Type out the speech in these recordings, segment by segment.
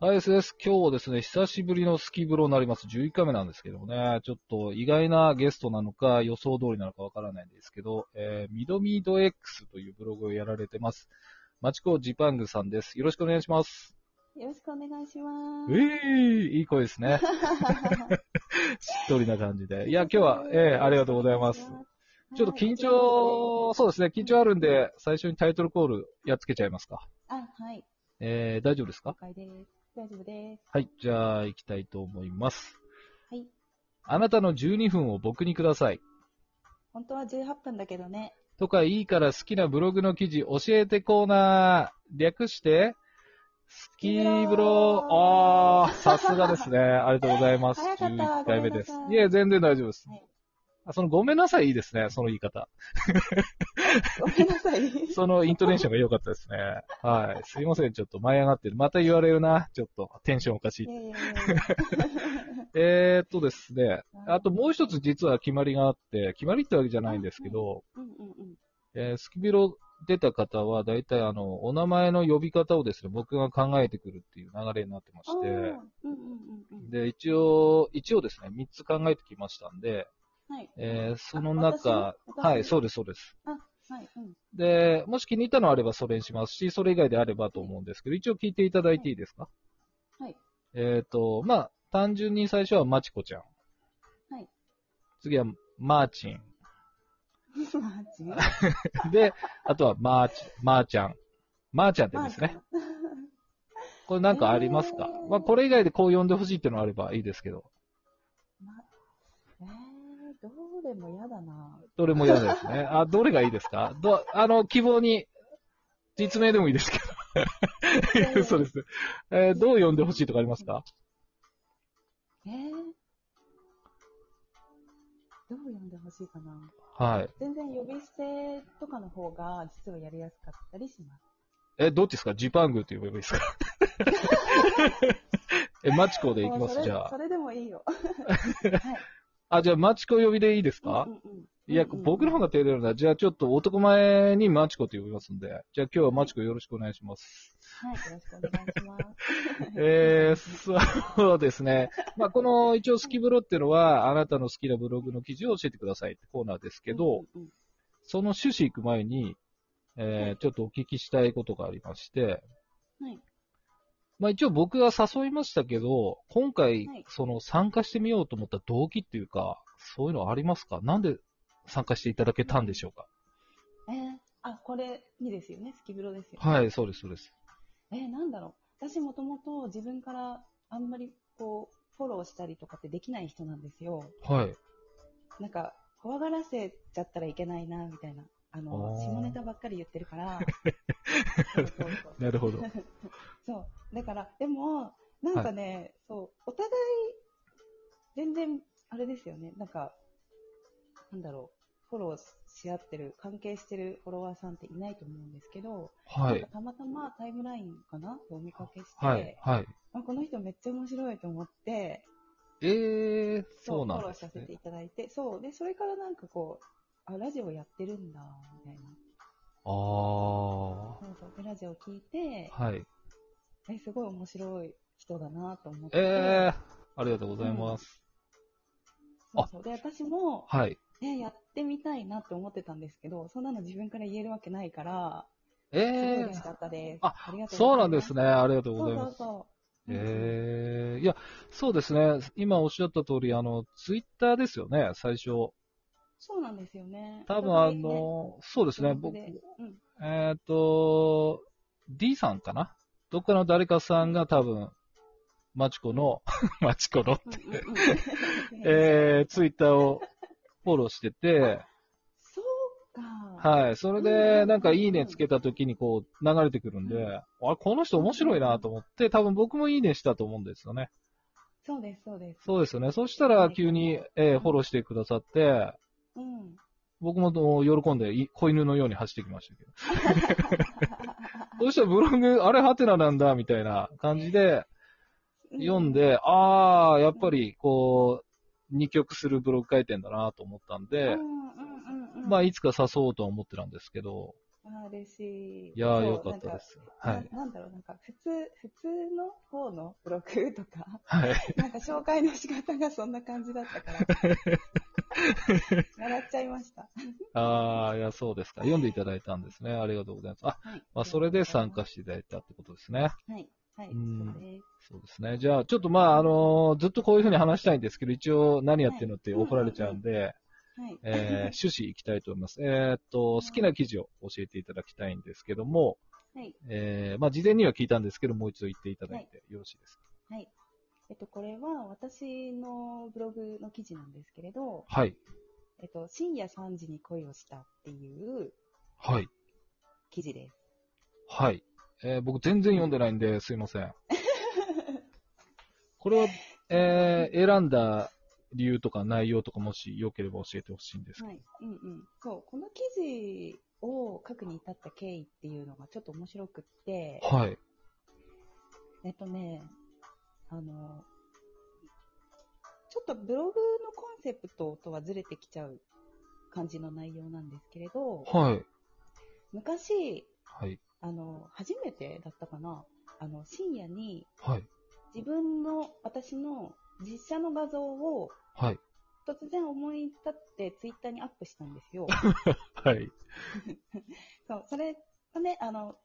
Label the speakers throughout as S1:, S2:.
S1: はい、SS、今日はですね、久しぶりのスキブロになります。11回目なんですけどもね、ちょっと意外なゲストなのか、予想通りなのかわからないんですけど、えー、ミドミード X というブログをやられてます。マチコジパングさんです。よろしくお願いします。
S2: よろしくお願いしま
S1: え
S2: す。
S1: ー、いい声ですね。しっとりな感じで。いや、今日は、えー、ありがとうございます。ちょっと緊
S2: はい
S1: 張、そうですね、緊張あるんで、最初にタイトルコールやっつけちゃいますか。
S2: あ、はい。
S1: えー、大丈夫ですか
S2: 了解です。大丈夫です。
S1: はい、じゃあ、行きたいと思います。
S2: はい。
S1: あなたの12分を僕にください。
S2: 本当は18分だけどね。
S1: とかいいから好きなブログの記事教えてコーナー。略して、スキーブロー。あー、さすがですね。ありがとうございます。
S2: 早かった
S1: 11回目です
S2: ごめんな。さ
S1: い
S2: い
S1: え、全然大丈夫です
S2: はい。
S1: あその、ごめんなさいいいですね。その言い方。
S2: ごめんなさい。
S1: そのイントネーションが良かったですね。はい。すいません。ちょっと舞い上がってる。また言われるな。ちょっとテンションおか しい
S2: い。やいやいや
S1: えーっとですね。
S2: いや
S1: あともう一つ実は決まりがあって、決まりってわけじゃないんですけど、
S2: うんうんうん。
S1: えースキビロ出た方は、大体、あの、お名前の呼び方をですね、僕が考えてくるっていう流れになってま
S2: あー
S1: し
S2: うん
S1: て、
S2: うんうんうん。
S1: で、一応、一応ですね、3つ考えてきましたんで、
S2: はい。
S1: えーその中
S2: あ、私。
S1: はい、そううです、そうです。
S2: あ、はい。うん。
S1: で、もし気に入ったのあればそれにしますし、それ以外であればと思うんですけど、一応聞いていただいていいですか、
S2: はい。
S1: えっ、と、まあ、単純に最初はまちこちゃん。
S2: はい。
S1: 次は、マーチン。
S2: マジ
S1: で、あとは、マーチ、マーちゃん。マーちゃんってですね。これなんかありますか、
S2: えー
S1: まあ、これ以外でこう呼んでほしいっていうのがあればいいですけど、
S2: えー、どれも嫌だな。
S1: どれも嫌です ね。あ、どれがいいですかど、あの、希望に、実名でもいいですけ
S2: え
S1: ど。そうですね。えーどう呼んでほしいとかありますか
S2: えー、どう読んでほしいかな。
S1: はい。
S2: 全然呼び捨てとかの方が実はやりやすかったりします。
S1: え、どっちですかジパングって呼べばいいで すかえ、マチコでいきま
S2: そ
S1: す
S2: れ
S1: じゃあ
S2: そ。れでもい いよ。はい。
S1: あ、じゃあマチコ呼びでいいですか、
S2: うんうんうん
S1: いや、僕の方が手入れるな。じゃあちょっと男前にマチコって呼びますんで。じゃあ今日はマチコよろしくお願いします。
S2: はい、よろしくお願いします。
S1: えー、そうですね。まあ、この一応、スキブロっていうのは、あなたの好きなブログの記事を教えてくださいってコーナーですけど、
S2: うんうん
S1: その趣旨行く前に、えーちょっとお聞きしたいことがありまして、
S2: うん、はい。
S1: まあ、一応僕が誘いましたけど、今回
S2: はい、
S1: その参加してみようと思った動機っていうか、そういうのありますかなんで参加していただけたんでしょうか
S2: えー、あ、これ、いいですよね。スキブロですよ、ね。
S1: はい、そうです、そうです。
S2: えー、なんだろう。私もともと自分からあんまりこう、フォローしたりとかってできない人なんですよ。
S1: はい。
S2: なんか、怖がらせちゃったらいけないな、みたいな。あの
S1: あ、ー
S2: 下ネタばっかり言ってる から。そうそうそう
S1: なるほど。
S2: そう。だから、でも、なんかね、そう、お互い、全然、あれですよね、なんか、なんだろう、フォローし合ってる、関係してるフォロワーさんっていないと思うんですけど、
S1: は
S2: なん
S1: い
S2: か。たまたまタイムラインかなってお見かけして、
S1: はい、はい。
S2: あこの人めっちゃ面白いと思って、
S1: えー、そうな
S2: フ
S1: ん
S2: ォロー
S1: で
S2: さ
S1: す
S2: せ
S1: ね
S2: て。いただいて、そう、で、それからなんかこう、あ、ラジオやってるんだ、みたいな。
S1: あー。
S2: そうそう。で、ラジオ聞いて、
S1: はい。
S2: え、すごい面白い人だなと思って。
S1: ええありがとうございます。
S2: そうそう。で、私も、
S1: はい。
S2: ね、やってみたいなって思ってたんですけど、そんなの自分から言えるわけないから、
S1: え
S2: すごい
S1: え
S2: 嬉しかったです。
S1: あ
S2: りがと
S1: そう
S2: ござ
S1: ないん
S2: ま
S1: ですね。ありがとうございます。
S2: そうそうそう。え
S1: ええいや、そうですね。今おっしゃった通り、あの、ツイッターですよね、最初。
S2: そうなんですよね。
S1: 多分
S2: お
S1: あ
S2: 互いね
S1: の、そうですね、
S2: ブログ
S1: 僕、
S2: で
S1: え
S2: う
S1: っ、
S2: ん
S1: と、D さんかなどっかの誰かさんが多分、マチコの、 マチコの、
S2: うんうんうん
S1: ええツイッターをフォローしてて、
S2: そうか。
S1: はい。それで、なんかいいねつけた時にこう流れてくるんで、
S2: うん
S1: あ、この人面白いなと思って、多分僕もいいねしたと思うんですよね。
S2: そうです、そうです。
S1: そうですよね。そしたら急に、えーフォローしてくださって、
S2: うん。
S1: 僕ももう喜んでい子犬のように走ってきましたけど。 そしたらブログ、あれハテナなんだ、みたいな感じで読んで、ああ、やっぱりこう、二曲するブログ回転だなと思ったん
S2: うん、
S1: で
S2: う、んうんうんうん
S1: まあいつか誘おうとは思ってたんですけど、
S2: ああ、嬉しい。
S1: いや
S2: そ
S1: ー、
S2: う
S1: よかったです。は
S2: なん
S1: い
S2: か。ななんだろう、なんか、普通、普通の方のブログとか、
S1: はい。
S2: なんか紹介の仕方がそんな感じだったから、笑っちゃいました。
S1: ああ、いや、そうですか。読んでいただいたんですね。ありがとうございます。あ、
S2: はい。
S1: まあ、それで参加していただいたってことですね。
S2: はい。はい。
S1: う
S2: そ
S1: ん
S2: うです。
S1: そうですね。じゃあ、ちょっとまあ、あのーずっとこういうふうに話したいんですけど、一応何やってるのって
S2: はい
S1: 怒られちゃうんで、
S2: はい。
S1: えー趣旨いきたいと思います。えーっと、好きな記事を教えていただきたいんですけども、
S2: はい。
S1: えー、まあ、事前には聞いたんですけど、もう一度言っていただいてよろしいですか。
S2: はい。えっと、これは私のブログの記事なんですけれど、
S1: はい。
S2: えっと、深夜3時に恋をしたっていう
S1: はい。
S2: 記事です。
S1: はい。えー僕全然読んでないんで、すいませ ん。これは、えー選んだ理由とか内容とかもしよければ教えてほしいんですけど。
S2: はい。うんうん。そう、この記事を書くに至った経緯っていうのがちょっと面白くって、
S1: はい。
S2: えっとね、あの、ちょっとブログのコンセプトとはずれてきちゃう感じの内容なんですけれど、
S1: はい。
S2: 昔、
S1: はい。
S2: あの、初めてだったかな、あの、深夜に
S1: はい。
S2: 自分の、私の実写の画像を
S1: はい。
S2: 突然思い立ってツイッターにアップしたんで すよ。
S1: はい。
S2: そう、それがね、あの、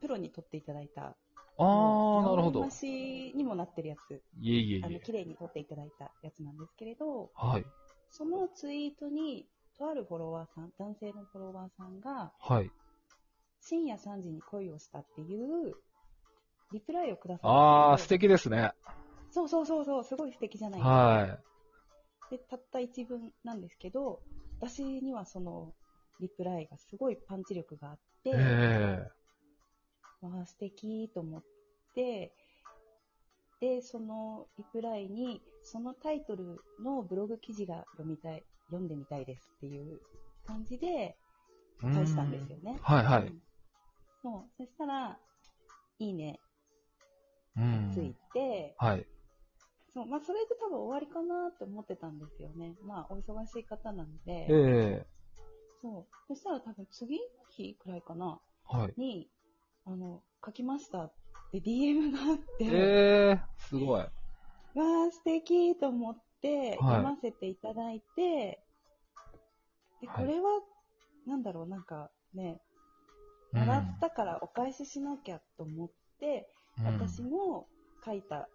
S2: プロに撮っていただいた。
S1: あー、なるほど
S2: 直。しにもなってるやつ。
S1: いえいえい
S2: あの、
S1: え。
S2: 綺麗に撮っていただいたやつなんですけれど、
S1: はい。
S2: そのツイートに、とあるフォロワーさん、男性のフォロワーさんが、
S1: はい。
S2: 深夜3時に恋をしたっていう、リプライをくださったんですよ
S1: あー、素。敵ですね。
S2: そうそうそうそう、すごい素敵じゃないですか。
S1: は
S2: で、たった一文なんですけど、私にはその、リプライがすごいパンチ力があって、
S1: い。え
S2: わあ、素敵と思って、で、そのリプライに、そのタイトルのブログ記事が読みたい、読んでみたいですっていう感じで
S1: ー。
S2: 返したんですよ
S1: う
S2: ね
S1: ーん。はいは
S2: う
S1: い。
S2: んそう、そしたら、いいね
S1: う
S2: がつい
S1: ん。
S2: て、
S1: はい。
S2: そう、まあ、それで多分終わりかなって思ってたんですよね。まあ、お忙しい方なので、
S1: え
S2: そう。そしたら多分次の日くらいかな、
S1: ー。はい。
S2: に、あの、書きましたって DM があって、
S1: えー、すごい。
S2: わあ、素敵と思って、
S1: はい
S2: 読ませていただいて、で、
S1: は
S2: こ
S1: い
S2: れは、なんだろう、なんかね、
S1: うん
S2: もらったからお返ししなきゃと思って、私
S1: うん
S2: も書いた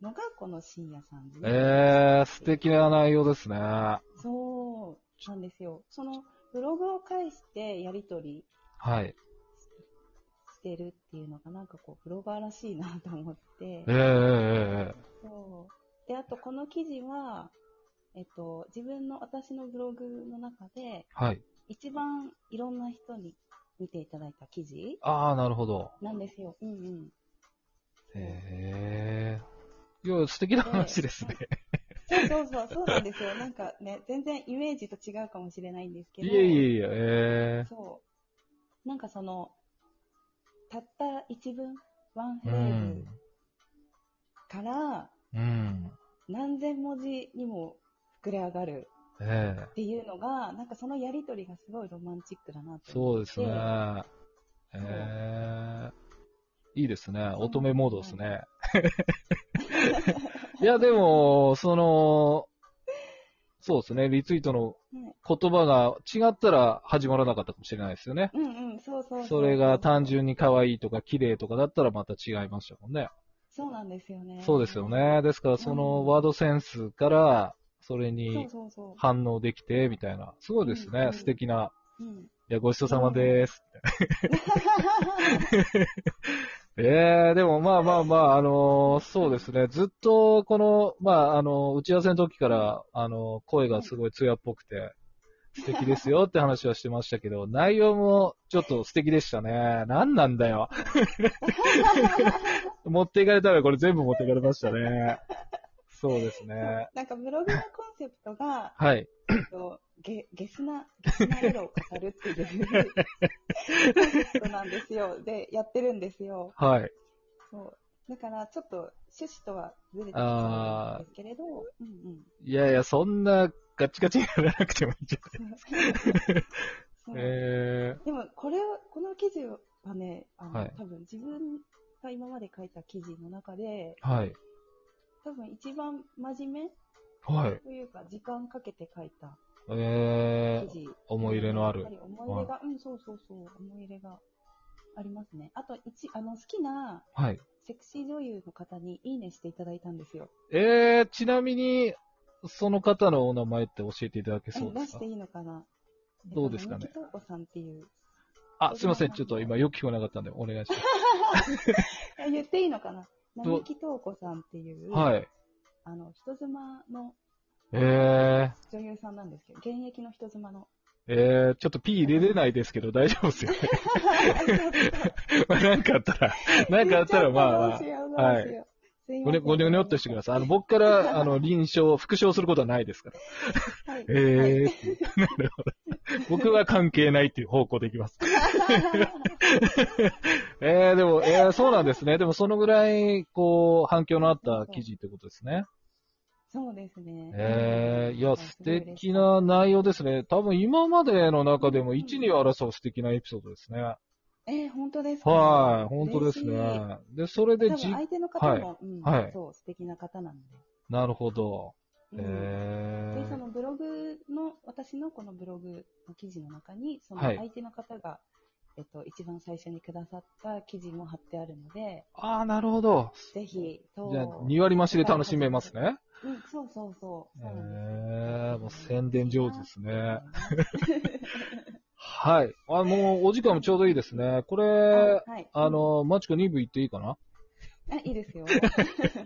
S2: のがこの深夜さんです。
S1: えー、素敵な内容ですね。は
S2: そうなんですよ。そのブログを介してやりとり
S1: い。
S2: してるっていうのがなんかこう、ブロガーらしいなと思って
S1: えー、え、ーえ
S2: そう。で、あとこの記事は、えっと、自分の私のブログの中で、
S1: ー、はい。
S2: 一番いろんな人に見ていただいた記事
S1: あー、なるほど。
S2: なんですよ。うんうん。
S1: ええいや、素敵な話ですね。
S2: そうそうそう、そうなんで すよ。なんかね、全然イメージと違うかもしれないんですけど、
S1: いえいえいえ、え
S2: そう。なんかその、たった一文、ワン
S1: え
S2: フレーズから
S1: うん。うん。
S2: 何千文字にも膨れ上がる
S1: ええ
S2: っていうのが、なんかそのやりとりがすごいロマンチックだなと
S1: そ
S2: 思
S1: う
S2: っ
S1: で
S2: て。
S1: すね。ええいいですね。乙女モードですね。いや、でも、その、そうですね。リツイートの
S2: はい
S1: 言葉が違ったら始まらなかったかもしれないですよね。
S2: うんうん、そうそうう
S1: それが単純に可愛いとか綺麗とかだったらまた違いましたもんね。
S2: そうなんですよね。
S1: そうですよ。ね。ですから、そのワードセンスから、それ
S2: そう
S1: に
S2: そうそ
S1: 反応できて、みたいな。すごいです
S2: うん
S1: ね
S2: う。ん
S1: 素敵な。
S2: う。 うん。
S1: いや、ごちそうさまです。ええでもまあまあまあ、あのーそうですね。ずっと、この、まあ、あのー打ち合わせの時から、あのー声がすごい艶っぽくて、素敵ですよって話はしてましたけ ど、内容もちょっと素敵でしたね。何なんだ よ。持っていかれたらこれ全部持っていかれましたね。そうですね。
S2: なんかブログのコンセプトが、
S1: はい。
S2: えっとゲゲスな、ゲスなエロを語るっていうコンセプトなんですよ。で、やってるんですよ。
S1: はい。
S2: そう。だから、ちょっと趣旨とはずれてきちゃうんですけれど、うんうん。
S1: いやいや、そんなガチガチにやらなくてもいいんじゃない
S2: そうそうなんです
S1: え
S2: でも、これは、この記事はね、あの、
S1: はい
S2: 多分自分が今まで書いた記事の中で、
S1: ー、はい。
S2: 多分一番真面目
S1: はい。
S2: というか、時間かけて書いた
S1: え
S2: 記事。
S1: ー、思い入れのある
S2: やっ。ぱり思い入れが、うん、そうそうそう、思い入れがありますね。あと、一、あの、好きな
S1: はい。
S2: セクシー女優の方にいいねしていただいたんですよ。
S1: えー、ちなみに、その方のお名前って教えていただけそう
S2: え
S1: で
S2: 出
S1: す
S2: し
S1: か
S2: ていいのかな
S1: どうですかね
S2: えっと三木透子さんっていう。
S1: あ、すいません。ちょっと今よく聞こえなかったんで、お願いします。
S2: え言っていいのかな
S1: ど
S2: 並木透子さんっていう、
S1: はい。
S2: あの、人妻の
S1: えー、
S2: 女優さんなんですけど、現役の人妻の。
S1: えー、ちょっと P 入れれないですけど、大丈夫 ですよね。まあなんかあったら、 なんかあったら、 まあまあ、はい
S2: い。すい
S1: ごね、ご
S2: ません
S1: ねごねおっとしてください。あの、僕から、あの、臨床、復唱することはないですから。
S2: はい。
S1: ええ ー、なるほど。 僕は関係ないっていう方向でいきます。 ええー、でも、えー、そうなんですね。でも、そのぐらい、こう、反響のあった記事ってことですね。
S2: そうですね。
S1: ええー、い
S2: は
S1: や、
S2: す
S1: 素
S2: ごい嬉し
S1: 敵な内容ですね。多分、今までの中でも一に争う素敵なエピソードですね。
S2: い。えー、本当ですか
S1: はい、本当です
S2: 嬉しい
S1: ね。で、それ
S2: 多
S1: で
S2: 分
S1: じ、
S2: 相手の方も、うん
S1: はい
S2: そう、素敵な方なんで。
S1: なるほど。
S2: うん
S1: え
S2: で、そ
S1: ー、
S2: のブログの、私のこのブログの記事の中に、その
S1: はい
S2: 相手の方が、えっと、一番最初にくださった記事も貼ってあるので、
S1: ああ、なるほど。
S2: ぜひ、と、
S1: じゃあ、2割増しで楽しめますね。
S2: うん、そうそうそう。
S1: え
S2: そうなんです
S1: ー、もう宣伝上手ですね。はい。あ、もう、お時間もちょうどいいですね。これ、
S2: はい。
S1: あ、の、マチコ2部行っていいかな
S2: あ、いいです よ。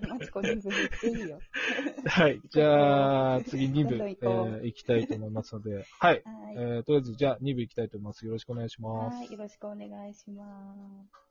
S2: マチコ全部言っていいよ。
S1: はい。じゃあ、次2部、
S2: どんど
S1: え
S2: ん行こう
S1: ー行きたいと思いますので。はい。
S2: は
S1: え
S2: い。
S1: ー、とりあえず、じゃあ2部行きたいと思います。よろしくお願いします
S2: は。い、よろしくお願いします。